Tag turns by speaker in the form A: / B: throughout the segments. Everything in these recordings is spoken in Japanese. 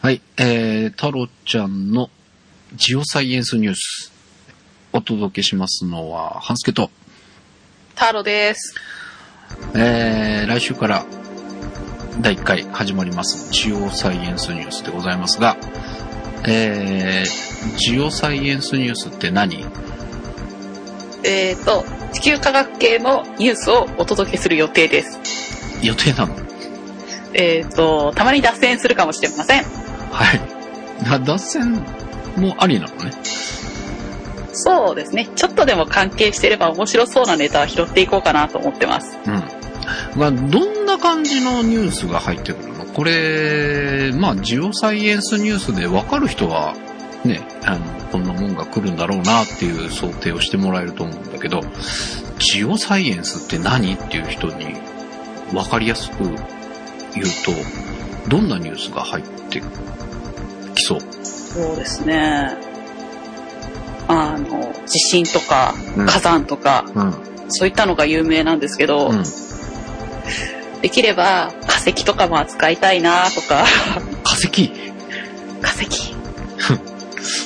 A: はい、えー、太郎ちゃんのジオサイエンスニュース。お届けしますのは、半助と、
B: タロです。
A: えー、来週から第1回始まります、ジオサイエンスニュースでございますが、えー、ジオサイエンスニュースって何
B: えっ、ー、と、地球科学系のニュースをお届けする予定です。
A: 予定なの
B: えっ、ー、と、たまに脱線するかもしれません。
A: はい。な脱線もありなのね。
B: そうですね。ちょっとでも関係してれば面白そうなネタは拾っていこうかなと思ってます。
A: うん。まあ、どんな感じのニュースが入ってくるのこれ、まあ、ジオサイエンスニュースで分かる人は、ね、あの、こんなもんが来るんだろうなっていう想定をしてもらえると思うんだけど、ジオサイエンスって何っていう人に分かりやすく言うと、どんなニュースが入ってきそう
B: そうですね。あの、地震とか
A: うん
B: 火山とか、
A: うん。
B: そういったのが有名なんですけど、
A: うん。
B: できれば化石とかも扱いたいなとか、
A: 化石
B: 化石。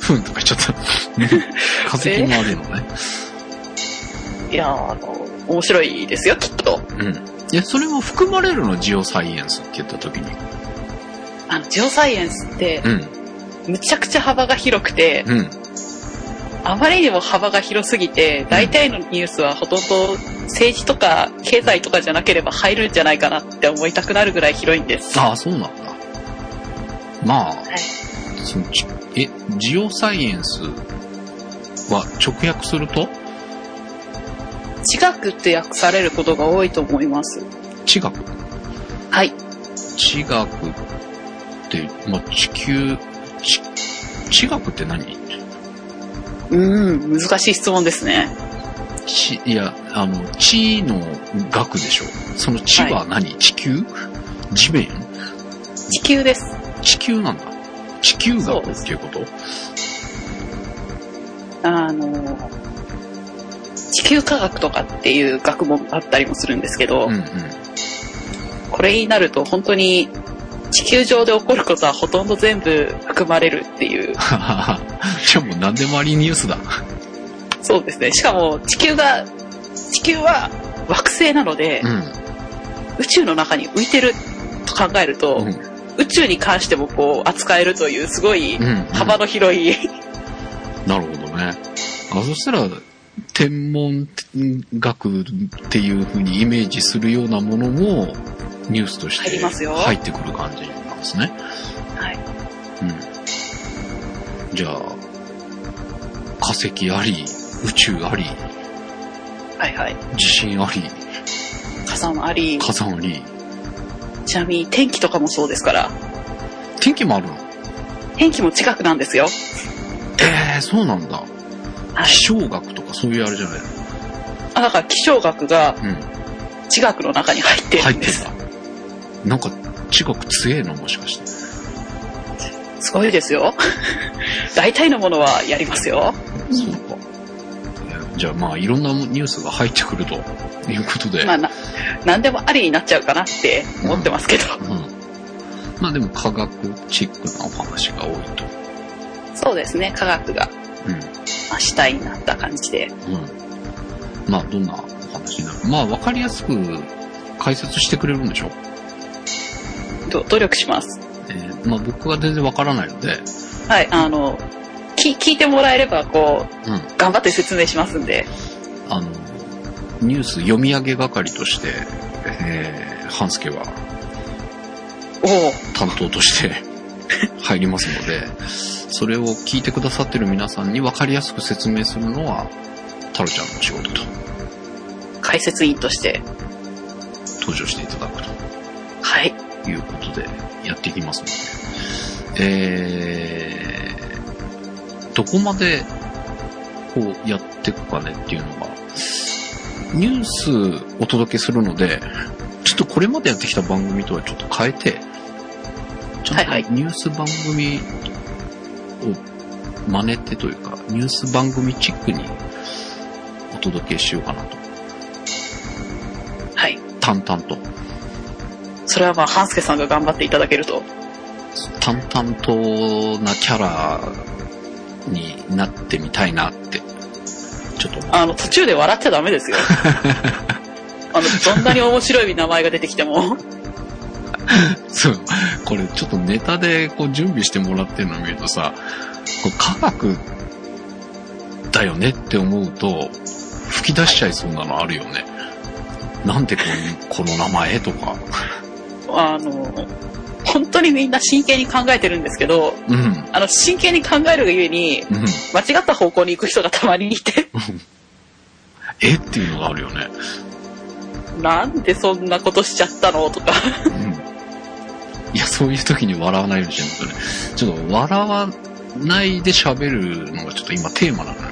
A: ふんとか言っちゃ った。ね化石もあるのね。
B: いやーあの、面白いですよ、きっと。
A: うん。いや、それも含まれるの、ジオサイエンスって言った時に。
B: あの、ジオサイエンスって、
A: うん。
B: むちゃくちゃ幅が広くて、
A: うん。
B: あまりにも幅が広すぎて、大体のニュースはほとんど政治とか経済とかじゃなければ入るんじゃないかなって思いたくなるぐらい広いんです。
A: ああ、そうなんだ。まあ、
B: い
A: そのちえ、ジオサイエンスは直訳すると
B: 地学って訳されることが多いと思います。
A: 地学
B: はい。
A: 地学って、まあ、地球、ち地学って何
B: うん、難しい質問ですね。
A: ちいや、あの、地の学でしょ。その地は何、地球地面
B: 地球です。
A: 地球なんだ。地球
B: そう
A: 学
B: です
A: っていうこと
B: あの、地球科学とかっていう学問があったりもするんですけど、
A: うんうん。
B: これになると本当に地球上で起こることはほとんど全部含まれるっていう
A: ははは じゃあもう何でもありニュースだ。
B: そうですね。しかも地球が、地球は惑星なので、
A: うん。
B: 宇宙の中に浮いてると考えると、
A: うん
B: 宇宙に関してもこう扱えるというすごい
A: うん。
B: 幅の広い、
A: なるほどね。あ、そしたら、天文学っていう風にイメージするようなものも、ニュースとして
B: 入りますよ
A: 入ってくる感じなんですね。
B: はい
A: うん。じゃあ、化石あり、宇宙あり、
B: はいはい。
A: 地震あり、
B: 火山あり、
A: 火山あり、
B: ちなみに天気とかもそうですから、
A: 天気もあるの
B: 天気も近くなんですよ。
A: ええー、そうなんだ。
B: はい
A: 気象学とかそういうあれじゃない
B: あ、だから気象学が
A: のうん。
B: 地学の中に入って
A: 入
B: る
A: っ
B: ん
A: て
B: です。
A: んだ。なんか、地学強えのもしかして。
B: すごいですよ。 大体のものはやりますよ。
A: そうか。じゃあまあいろんなニュースが入ってくるということで。
B: まあ、な何でもありになっちゃうかなって思ってますけど。
A: うん。まあでも科学チックなお話が多いと。
B: そうですね、科学がまあ主体になった感じで。
A: うん。うん。まあどんなお話になるまあわかりやすく解説してくれるんでしょ
B: ど努力します。
A: えーまあ僕は全然わからないので。
B: はい、あの、き聞いてもらえれば、こう、
A: うん
B: 頑張って説明しますんで。
A: あの、ニュース読み上げ係として、えー、半助は
B: おお、
A: 担当として入りますので、それを聞いてくださってる皆さんに分かりやすく説明するのは、タロちゃんの仕事と
B: 解説員として、
A: 登場していただく
B: はい、
A: ということでやっていきますので、えー、どこまでこうやっていくかねっていうのが、ニュースお届けするので、ちょっとこれまでやってきた番組とはちょっと変えて、ちゃん
B: はいは
A: とニュース番組を真似てというか、ニュース番組チックにお届けしようかなと。
B: はい。
A: 淡々と。
B: それはまあ、半助さんが頑張っていただけると。
A: 淡々となキャラになってみたいなって、ちょっと思う
B: あの、途中で笑っちゃダメですよ。あの、どんなに面白い名前が出てきても。
A: そう。これちょっとネタでこう準備してもらってるのを見るとさ、こう科学だよねって思うと、吹き出しちゃいそうなのあるよね。なんでこうこの名前とか。
B: あの、本当にみんな真剣に考えてるんですけど、
A: うん。
B: あの、真剣に考えるがゆえに、
A: うん。
B: 間違った方向に行く人がたまにいて、
A: えっていうのがあるよね。
B: なんでそんなことしちゃったのとか。
A: うん。いや、そういう時に笑わないようにしてるんだね。ちょっと笑わないで喋るのがちょっと今テーマなのよ。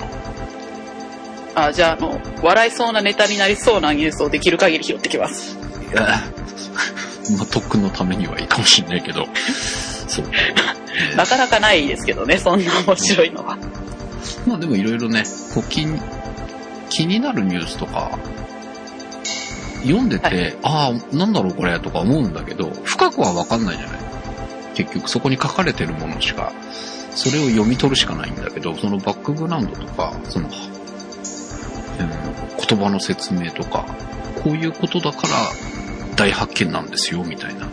B: あ、じゃあ、あの、笑いそうなネタになりそうなニュースをできる限り拾ってき ます。
A: まあ、特訓のためにはいいかもしれないけど。そう。
B: なかなかないですけどね、そんな面白いのは。
A: まあでもいろいろね、こう気に気になるニュースとか、読んでて、
B: は
A: ああ、なんだろうこれとか思うんだけど、深くはわかんないじゃない結局そこに書かれてるものしか、それを読み取るしかないんだけど、そのバックグラウンドとか、その、うん言葉の説明とか、こういうことだから大発見なんですよ、みたいな。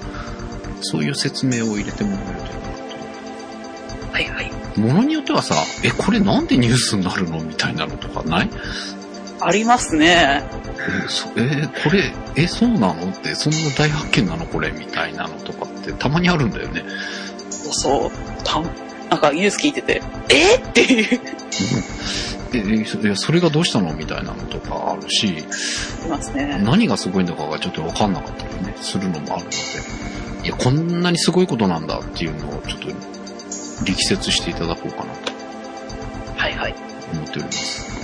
A: そういう説明を入れてもらえるといいかなと
B: はいはい。
A: ものによってはさ、え、これなんでニュースになるのみたいなのとかない
B: ありますね。
A: え、そえこれ、え、そうなのって、そんな大発見なのこれみたいなのとかってたまにあるんだよね。
B: そうそう。たなんかニュース聞いてて、えーっていう、
A: ええ、そいやそれがどうしたのみたいなのとかあるし、
B: いますね。
A: 何がすごいのかがちょっとわかんなかったりね、するのもあるので、いや、こんなにすごいことなんだっていうのをちょっと力説していただこうかなと
B: はいはい。
A: 思っております。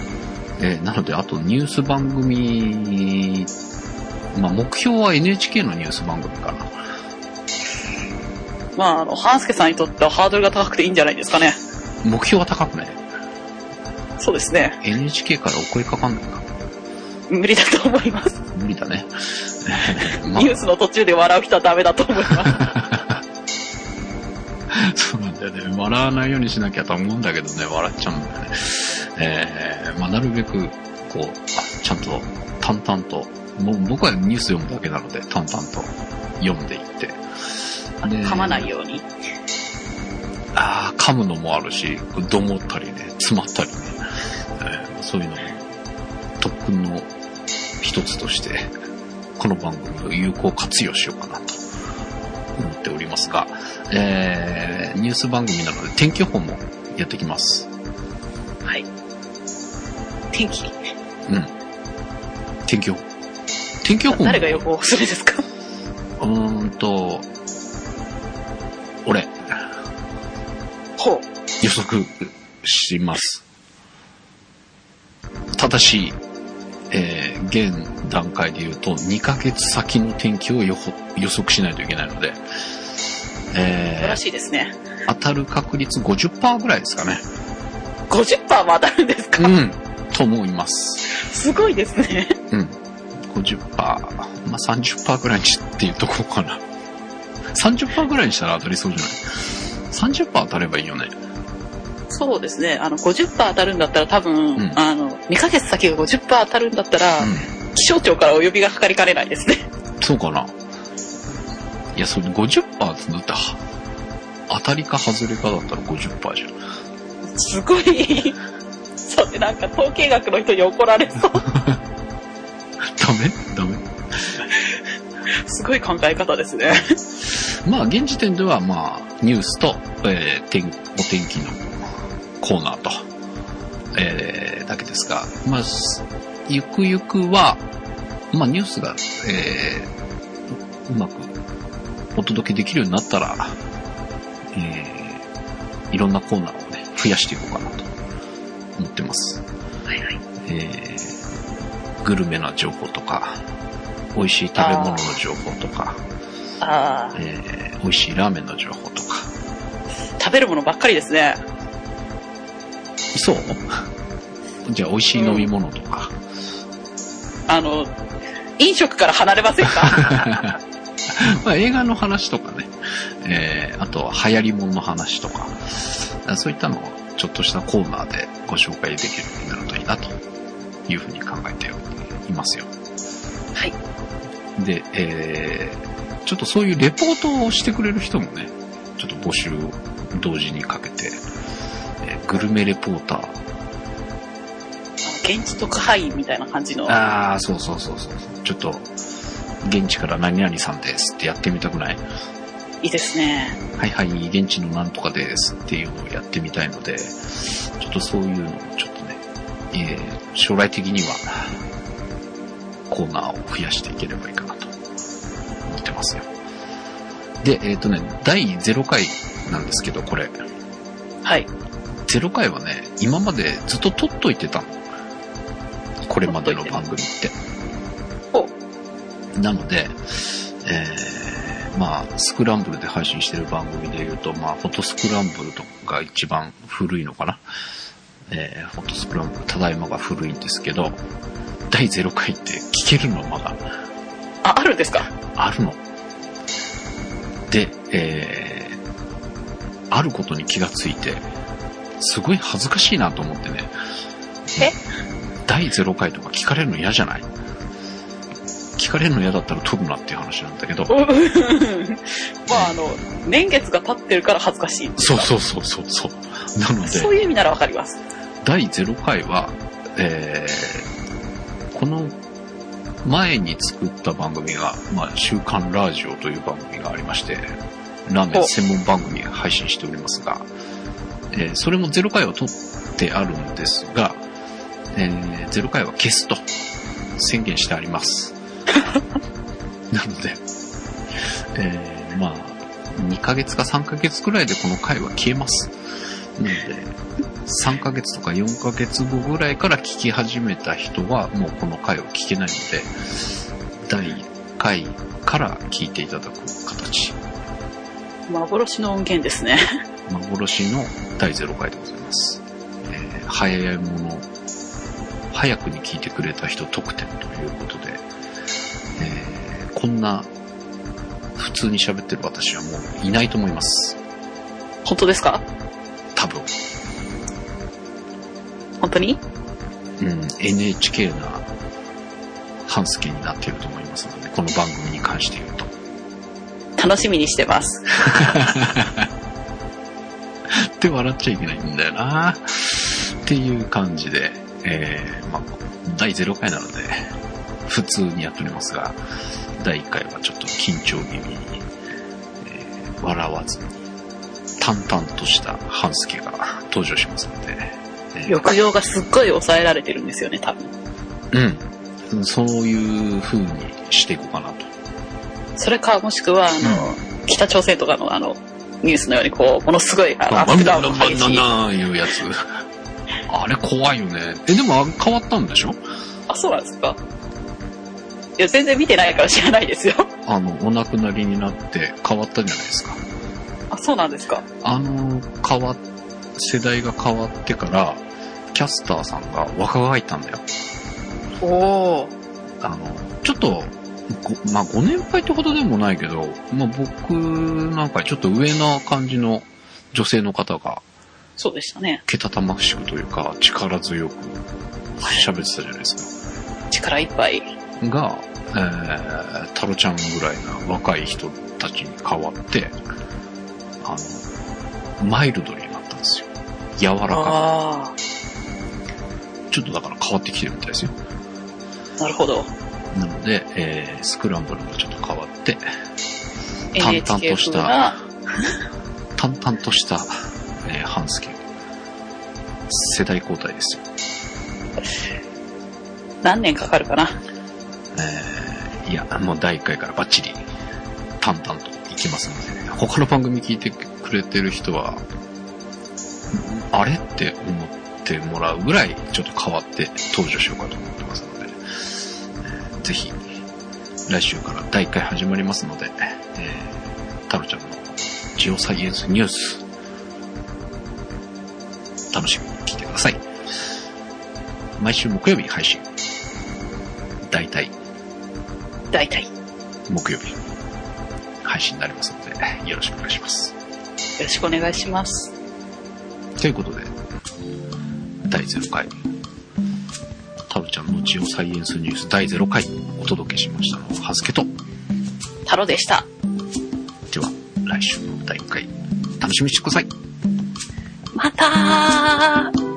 A: えーなので、あとニュース番組、まあ、目標は NHK のニュース番組かな。
B: まあ、あの、半助さんにとってはハードルが高くていいんじゃないですかね。
A: 目標は高くね。
B: そうですね。
A: NHK からお声かかんないか。
B: 無理だと思います。
A: 無理だね。 ま
B: ニュースの途中で笑う人はダメだと思い ます。
A: あ、そうなんだよね。笑わないようにしなきゃと思うんだけどね、笑っちゃうんだよね。えー、まあ、なるべく、こう、あちゃんと淡々と、もう僕はニュース読むだけなので、淡々と読んでいって。で
B: 噛まないように。
A: ああ、噛むのもあるし、どもったりね、詰まったりね、えーそういうのも特訓の一つとして、この番組を有効活用しようかなと思っておりますが、えー、ニュース番組なので天気予報もやってきます。
B: はい。天気。
A: うん。天気予報。天気予報も
B: 誰が予報をするんですか
A: うーんと、俺、
B: ほう。
A: 予測します。ただし、えー現段階で言うと2ヶ月先の天気を予報予測しないといけないので、
B: 素晴
A: え
B: らしいですね。
A: ー当たる確率50%ぐらいですかね。
B: 50%も当たるんですか、
A: うん。と思います。
B: すごいですね。
A: うん。50%、まあ、30%ぐらいにしっていうとこかな。30%ぐらいにしたら当たりそうじゃない ?30% 当たればいいよね。
B: そうですね。あの、50%当たるんだったら多
A: う
B: 分、
A: ん
B: あの、2ヶ月先が50%当たるんだったら、
A: うん。
B: 気象庁からお呼びがかかりかねないですね。
A: そうかな。いや、それ50%ってだっては、当たりか外れかだったら50%じゃん。
B: すごい。それなんか統計学の人に怒られそう。
A: ダメダメ
B: すごい考え方ですね。
A: まあ、現時点では、まあ、ニュースと、えー天、お天気のコーナーと、えーだけですが、まあ、すゆくゆくは、まあ、ニュースが、えーうまくお届けできるようになったら、えーいろんなコーナーをね、増やしていこうかなと思ってます。
B: はいはい。
A: えーグルメな情報とか、美味しい食べ物の情報とか、
B: ああ、
A: えー美味しいラーメンの情報とか。
B: 食べるものばっかりですね。
A: そう じゃあ美味しい飲み物とか。
B: あの、飲食から離れませんか
A: まあ映画の話とかね。えーあとは流行り物の話とか、そういったのをちょっとしたコーナーでご紹介できるようになるといいなというふうに考えていますよ。
B: はい。
A: で、えーちょっとそういうレポートをしてくれる人もね、ちょっと募集を同時にかけて、えーグルメレポーター、
B: 現地特派員みたいな感じの。
A: ああ、そうそうそうそう。ちょっと、現地から何々さんですってやってみたくない
B: いいですね。
A: はいはい、現地のなんとかですっていうのをやってみたいので、ちょっとそういうのをちょっとね、えー将来的には、コーナーを増やしていければいいかなと思ってますよ。で、えっ、とね、第0回なんですけど、これ。
B: はい。
A: 0回はね、今までずっと撮っといてたの。これまでの番組って。
B: お
A: なので、えーまあ、スクランブルで配信してる番組で言うと、まあ、フォトスクランブルとかが一番古いのかな。えーフォトスクランブル、ただいまが古いんですけど、第0回って聞けるのまだ
B: あ、あるんですか
A: あるの。で、えーあることに気がついて、すごい恥ずかしいなと思ってね。
B: え
A: 第0回とか聞かれるの嫌じゃない聞かれるの嫌だったら撮るなっていう話なんだけど。
B: うんまあ、あの、年月が経ってるから恥ずかしい。
A: そうそうそうそうそう。なので。
B: そういう意味ならわかります。
A: 第0回は、えーこの前に作った番組が、まあ、週刊ラジオという番組がありまして、ラーメン専門番組を配信しておりますが、えーそれも0回は撮ってあるんですが、え0回は消すと宣言してあります。なので、えーまあ、2ヶ月か3ヶ月くらいでこの回は消えます。なので、3ヶ月とか4ヶ月後ぐらいから聞き始めた人はもうこの回を聞けないので、第1回から聞いていただく形。
B: 幻の音源ですね。
A: 幻の第0回でございます。えー早いもの、早くに聞いてくれた人特典ということで、えーこんな普通に喋ってる私はもういないと思います。
B: 本当ですか
A: 多分。
B: 本当に
A: うん、NHK な半助になっていると思いますので、この番組に関して言うと。
B: 楽しみにしてます。
A: って笑っちゃいけないんだよなっていう感じで、えー、まあ、第0回なので、普通にやっておりますが、第1回はちょっと緊張気味に、えー笑わずに、淡々とした半助が登場しますので、えー
B: 抑揚がすっごい抑えられてるんですよね、多分。
A: うん。そういう風にしていこうかなと。
B: それか、もしくは、あの、北朝鮮とかのあの、ニュースのように、こう、ものすごい、あの、アップダウンの激しい。
A: ないうやつ。 あれ怖いよね。え、でもあ変わったんでしょ
B: あ、そうなんですかいや、全然見てないから知らないですよ。
A: あの、お亡くなりになって変わったじゃないですか。
B: あ、そうなんですか
A: あの、変わっ、世代が変わってから、キャスターさんが若返ったんだよ。
B: おお。
A: あの、ちょっと、ごまあ、ご年配ってほどでもないけど、まあ、僕なんかちょっと上な感じの女性の方が、
B: そうでしたね。
A: けたたましくというか、力強く喋ってたじゃないですか。
B: 力いっぱい。
A: が、えー、タロちゃんぐらいな若い人たちに変わって、あの、マイルドになったんですよ。柔らか
B: あ
A: く。ちょっとだから変わってきてるみたいですよ。
B: あ、なるほど。
A: なので、えー、スクランブルがちょっと変わって、淡々と
B: NHK
A: し
B: 風
A: た
B: な、
A: 淡々とした、えー、半助。世代交代ですよ。
B: 何年かかるかな。
A: えー、いや、もう第1回からバッチリ、淡々といきますので、他の番組聞いてくれてる人は、んあれって思ってもらうぐらい、ちょっと変わって登場しようかと思ってますので、えーぜひ、来週から第1回始まりますので、えー、タロちゃんのジオサイエンスニュース、楽しみに聞いてください。毎週木曜日配信。大体
B: 大体。
A: 木曜日。配信になりますので、よろしくお願いします。
B: よろしくお願いします。
A: ということで、第0回、タロちゃんのジオサイエンスニュース第0回お届けしましたのは、はずけと。
B: タロでした。
A: では、来週の第1回、楽しみにしてください。
B: またー